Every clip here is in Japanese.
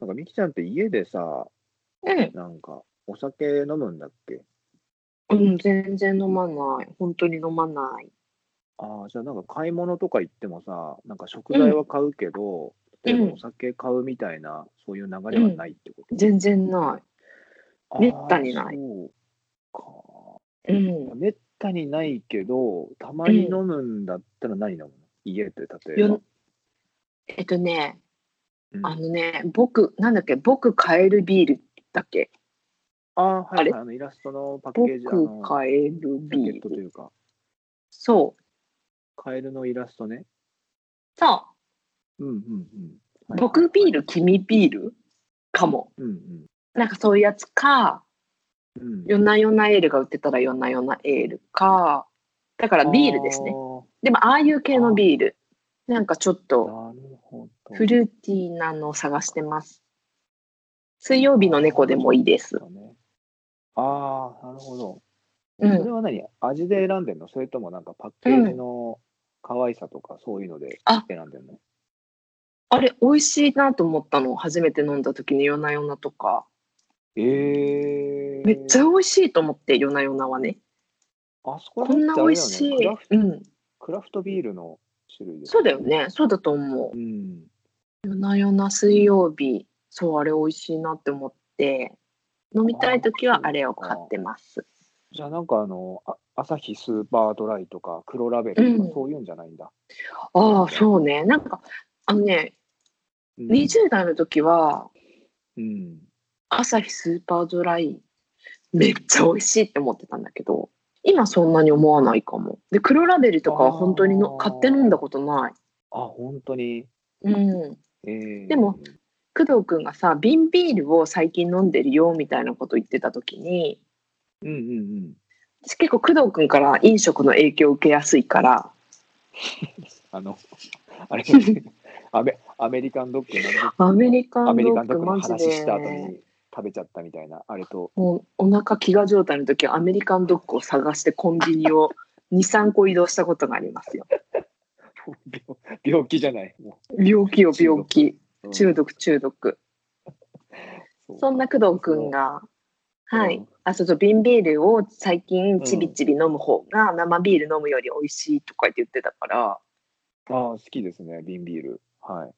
なんか、みきちゃんって家でさ、ええ、なんか、お酒飲むんだっけうん、全然飲まない。本当に飲まない。ああ、じゃあなんか買い物とか行ってもさ、なんか食材は買うけど、うん例えばお酒買うみたいな、そういう流れはないってこと全然なあーめったにないそうい。うんか。。めったにないけど、たまに飲むんだったら何飲むの家で例えばよ。えっとね、うんあのね、僕、なんだっけ、僕買えるビールだっけ。あー、はあいれはい、あのイラストのパッケージ、あ僕の、ジ買えるャケビッートといル。うか、そう。カエルのイラストね。さあ、うんうんうん。はい僕ビール、君ビールかも。うんなんかそういうやつか、うん。うん夜な夜なエールが売ってたら夜な夜なエールか。だからビールですねあ。ーでも、ああいう系のビール。なんかちょっと。なるほど。フルーティーなのを探してます。水曜日の猫でもいいです。ああ、なるほど。うそれん。は何味で選んでんのそれともなんかパッケージの可愛さとかそういうのであ選んでんの、あれ、美味しいなと思ったの。初めて飲んだ時に夜な夜なとか。ええー。めっちゃ美味しいと思って、夜な夜なはね。あそこらこん辺っなて美あれだよね味しい。クラフうん。クラフトビールの種類ですそうだよ。ね。そうだと思うう。ん。夜な夜な水曜日。そう、あれ美味しいなって思って。飲みたい時はあれを買ってます。じゃあなんかあの、あ朝日スーパードライとか黒ラベルとかうんそういうんじゃないんだ。ああ、そうね。なんか、あのね、うん。 20代の時は、うん。朝日スーパードライめっちゃ美味しいって思ってたんだけど今そんなに思わないかもで黒ラベルとかは本当にのあー買って飲んだことない、あ、本当に。うん、えー、でも、工藤君がさ瓶ビールを最近飲んでるよみたいなこと言ってた時にうんうんうん。私結構工藤君から飲食の影響を受けやすいからあの、 あれ、アメアメリカンドッグなんでアメリカアンメドリカンッドッググのマジ話した後でに食べちゃったみたいな、あれと、 もうお腹飢餓状態の時はアメリカンドッグを探してコンビニを23個移動したことがありますよ病病気じゃない。も病気よ病気ううん中毒中毒そうそんな工藤くんが、うんはういん、あ、そうそう、瓶ビールを最近ちびちび飲む方が生ビール飲むより美味しいとか言ってたから、あー好きですね、瓶ビール。はい。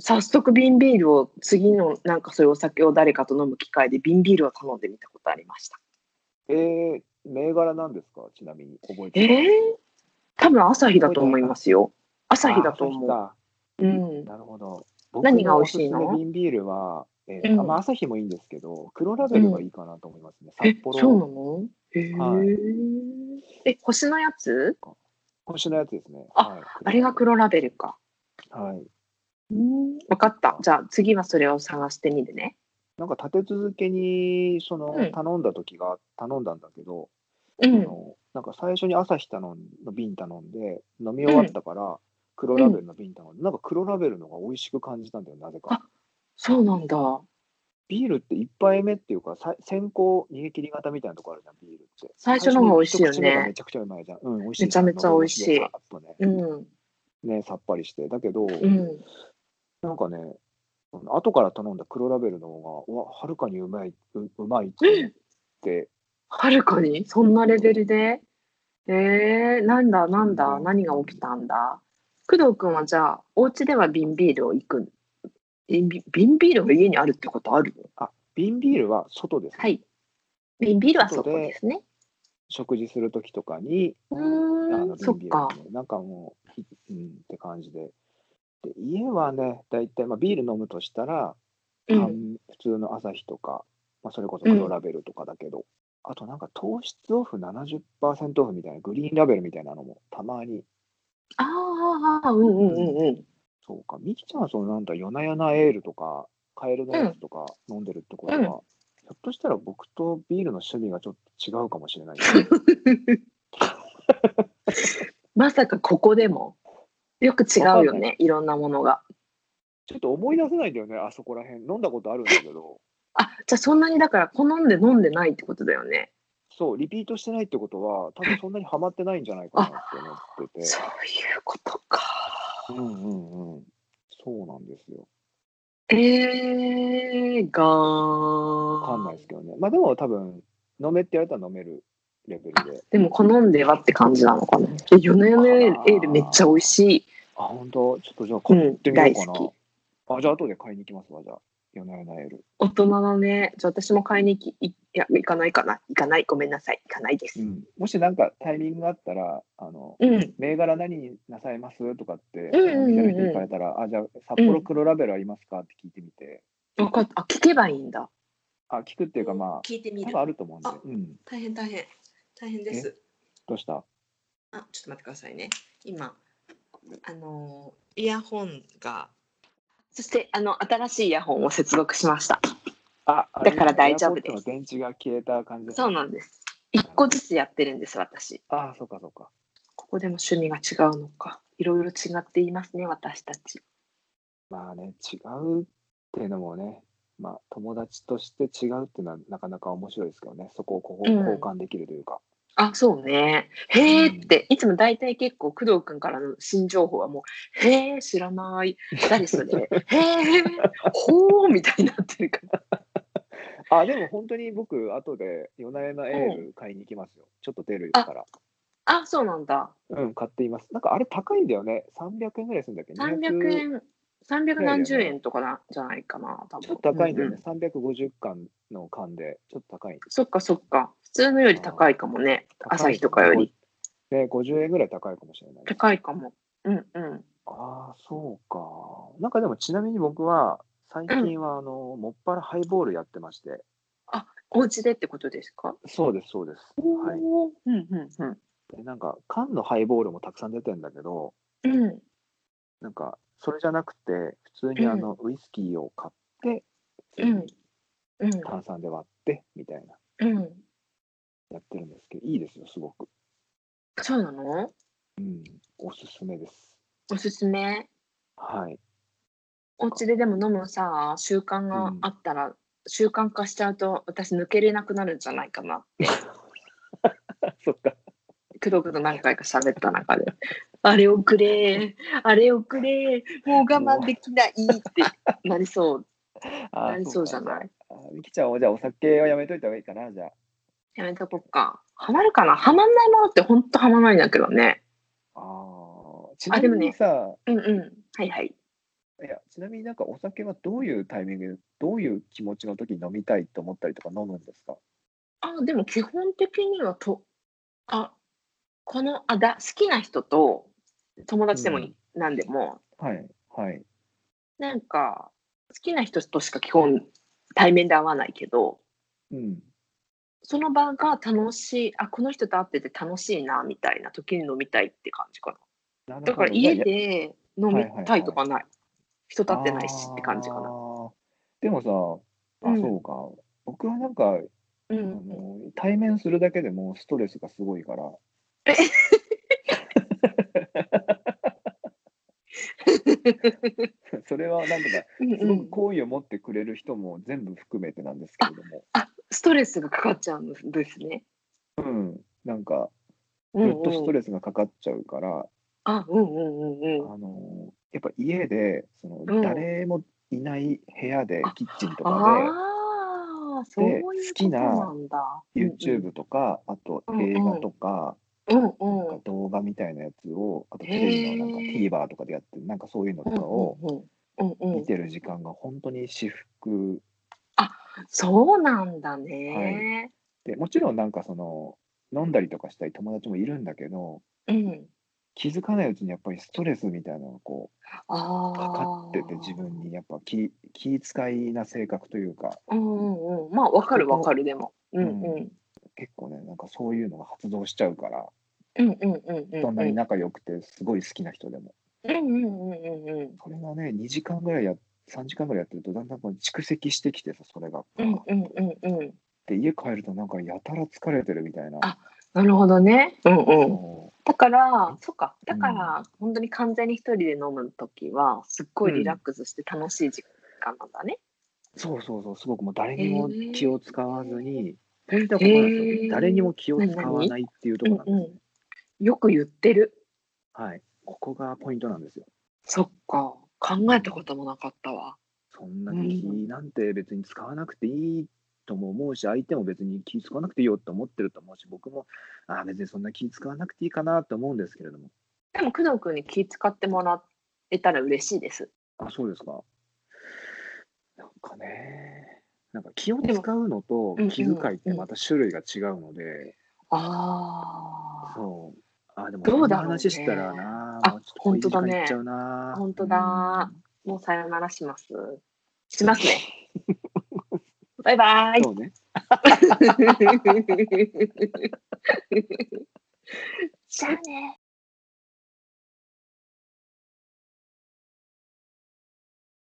早速瓶ビールを次のなんかそういうお酒を誰かと飲む機会で瓶ビールを頼んでみたことありました。えー、銘柄なんですかちなみに、覚ええてー、多分朝日だと思いますよ。朝日だとう。思あう。うんー朝日。かなるほど。僕何が美味しいのおすすめ瓶ビールは、えうーんあまあ、朝日もいいんですけど、黒ラベルがいいかなと思いますね。え札、幌、そうなのえーはえ、星のやつ星のやつですね。あはい、あれが黒ラベルか。はい。うん。わかった。じゃあ次はそれを探してみるね。なんか立て続けに、その、うん頼んだ時が、頼んだんだけど、うあん。のなんか最初に朝日頼んの瓶頼んで飲み終わったから黒ラベルの瓶頼んで、なんか黒ラベルの方が美味しく感じたんだよなぜかあそうなんだ。ビールって一杯目っていうかさ先行逃げ切り型みたいなとこあるじゃんビールって最初の方が美味しいよね最初に一口目がめちゃくちゃうまいじゃんうん美味しいめちゃめちゃ美味しい喉越しでさっとねうん。ねさっぱりしてだけど、うん。なんかね後から頼んだ黒ラベルの方がうわはるかにうまいううまい って思ってはるかにそんなレベルでえー、なんだなんだうん何が起きたんだ工藤君はじゃあお家では瓶ビールを行く瓶ビ瓶ビールが家にあるってことあるのあ瓶ビールは外です、はい瓶ビールはそこですね食事する時とかにうあーのんそっ瓶ビーかルですねなんかもう、ひうん、って感じで。で家はね、大体、まあ、ビール飲むとしたら、う缶ん普通の朝日とか、まあ、それこそ黒ラベルとかだけど、あとなんか糖質オフ70%オフみたいな、グリーンラベルみたいなのもたまに、あーあーうんうんうんうんそうか、みきちゃんはそのなんだ、夜な夜なエールとか、カエルのやつとか飲んでるってことは、うんひょっとしたら僕とビールの趣味がちょっと違うかもしれないね。まさかここでもよく違うよねいろんなものがちょっと思い出せないんだよね、あそこら辺。飲んだことあるんだけど。あじゃあそんなにだから好んで飲んでないってことだよねそう、リピートしてないってことは、多分そんなにハマってないんじゃないかなって思ってて そ。ういうことかうんうんうん。そうなんですよ。ええれが、わわかんないですけどね。まあでも多分、飲めって言われたら飲めるレベルで。でも好んではって感じなのかな。え、ヨネヨネエールめっちゃ美味しい。あ、本当ちょっとじゃあう買っん、てみよ大うかな好き。。あ、じゃあ後で買いに行きますわ、じゃあ。夜な夜なエール。大人だね。じゃあ私も買いに行き、いいや、行かないかな。行かない。ごめんなさい。行かないでうす。ん。もしなんかタイミングがあったら、あの、うん。銘柄何になさいますとかって、うんうんうんうんお店の人に聞かれたら、あ、じゃあ札幌黒ラベルありますかって聞いてみて、わかっあ、聞けばいいんだ。あ、聞くっていうかま聞いてあ、み多る分あると思うんであ、うん。大変大変大変ですどうしたあちょっと待ってくださいね今あのーイヤホンがそして、あの、新しいイヤホンを接続しました。あ、あれだから大丈夫です AirPods の電池が消えた感じですねそうなんです。一個ずつやってるんです、私。あ、そうかそうか。ここでも趣味が違うのか。いろいろ違っていますね、私たち。まあね、違うっていうのもね、まあ友達として違うっていうのはなかなか面白いですけどね、そこをこううん交換できるというか。あ、そうね。へーって、いつも大体結構工藤くんからの新情報はもう、へー知らない。誰そ れ。へーほーみたいになってるから。あ、でも本当に僕、後で夜な夜なエール買いに行きますよ。ちょっと出るから。あ、そうなんだ。うん、買っています。なんかあれ高いんだよね。300円ぐらいするんだっけど、 300円、300何十円とかなじゃないかな、多分。ちょっと高いんだようね。350巻の缶で、ちょっと高い。そっかそっか。普通のより高いかもね。朝日とかより。ね、50円ぐらい高いかもしれない。高いかも。うんうん。ああ、そうか。なんかでもちなみに僕は、最近はあ の、もっぱらハイボールやってまして。お家でってことですかそうです、そうです。はい。おーうんうんうん。でなんか缶のハイボールもたくさん出てんだけどうん、なんかそれじゃなくて普通にあのウイスキーを買って、うん、うん、炭酸で割ってみたいなうん。やってるんですけどいいですよすごく、そうなのうん、おすすめですおすすめ。はいお家ででも飲むさ、習慣があったら、習慣化しちゃうと私抜けれなくなるんじゃないかな。あ そっかくどくど何回か喋った中で。 あれをくれあれをくれもう我慢できない ってなりそう、あなりそうじゃいないみきちゃんはじゃあお酒はやめといた方がいいかなじゃやめとこっか。ハマるかなハマんないものってほんとハマないんだけどね。ああーちあなでもみねにさ、うんうん。はいはい。いやちなみになんかお酒はどういうタイミングでどういう気持ちの時に飲みたいと思ったりとか飲むんですかあ、でも基本的にはと、あ、この、あ、だ、好きな人と友達でもいい。何でも、はいはいなんか、好きな人としか基本対面で会わないけど、うんその場が楽しい、あ、この人と会ってて楽しいな、みたいな時に飲みたいって感じかな。なるほどだからいや家いやで飲みたいとかない。人と立会ってないしって感じかな。。でもさ、あ、うんそうか。僕はなんか、うあん。の対面するだけでもうストレスがすごいから。 それはなんとかうんすうごんく好意を持ってくれる人も全部含めてなんですけれども、あストレスがかかっちゃうんですね。うん、なんかうずんっとストレス。レスがかかっちゃうから、あ、うんうんうんうん。あのやっぱ家でその、うん誰もいない部屋でキッチンとかああ、そういうことなんだ。で YouTube とか、あと映画とか。うんうん。なんうかん動画みたいなやつを、あとテレビのなんかへ TVer とかでやってる、なんかそういうのとうんかをうんうんうんう見ん。てる時間が本当に至福そうなんだね。で、もちろんなんかその、飲んだりとかしたり友達もいるんだけど、うん。気づかないうちにやっぱりストレスみたいなのがこあう、あ。かかってて自分にやっぱ気、気遣いな性格というか、うんうんうん。まあわかるわかるでも。うんうん。結構ね、なんかそういうのが発動しちゃうから、うんうんうんうん。どんなに仲良くてすごい好きな人でも。うんうんうんうんうん。それがね、2時間ぐらいや、3時間ぐらいやってるとだんだんこう蓄積してきてさ、それが。うんうんうんうん。で家帰るとなんかやたら疲れてるみたいな。あなるほどね。うんうん。そだから、そっか。だから、本当に完全に一人で飲むときは、すっごいリラックスして楽しい時間なんだね。うそうそうそうすごくもう誰にも気を使わずに、ポイントはここなんですへよー誰にも気を使わないっていうところなんですね、うんよく言ってる。はいここがポイントなんですよそっか。考えたこともなかったわ。そんなに気なんて別に使わなくていいとも思うし、相手も別に気使わなくていいよと思ってると思うし、僕も、ああ、別にそんな気使わなくていいかなと思うんですけれども。でも工藤君に気使ってもらえたら嬉しいです。あ、そうですか。なんかね、なんか気を使うのとでも気遣いってまた種類が違うので、あそう。あ、でもどうだろうこんなね話したらな、あもうちょっとこれ本当だいねい時間いっちゃうな。本当だあ、もうさよならします。しますね。バイバうイん。。そうね。 じゃあね。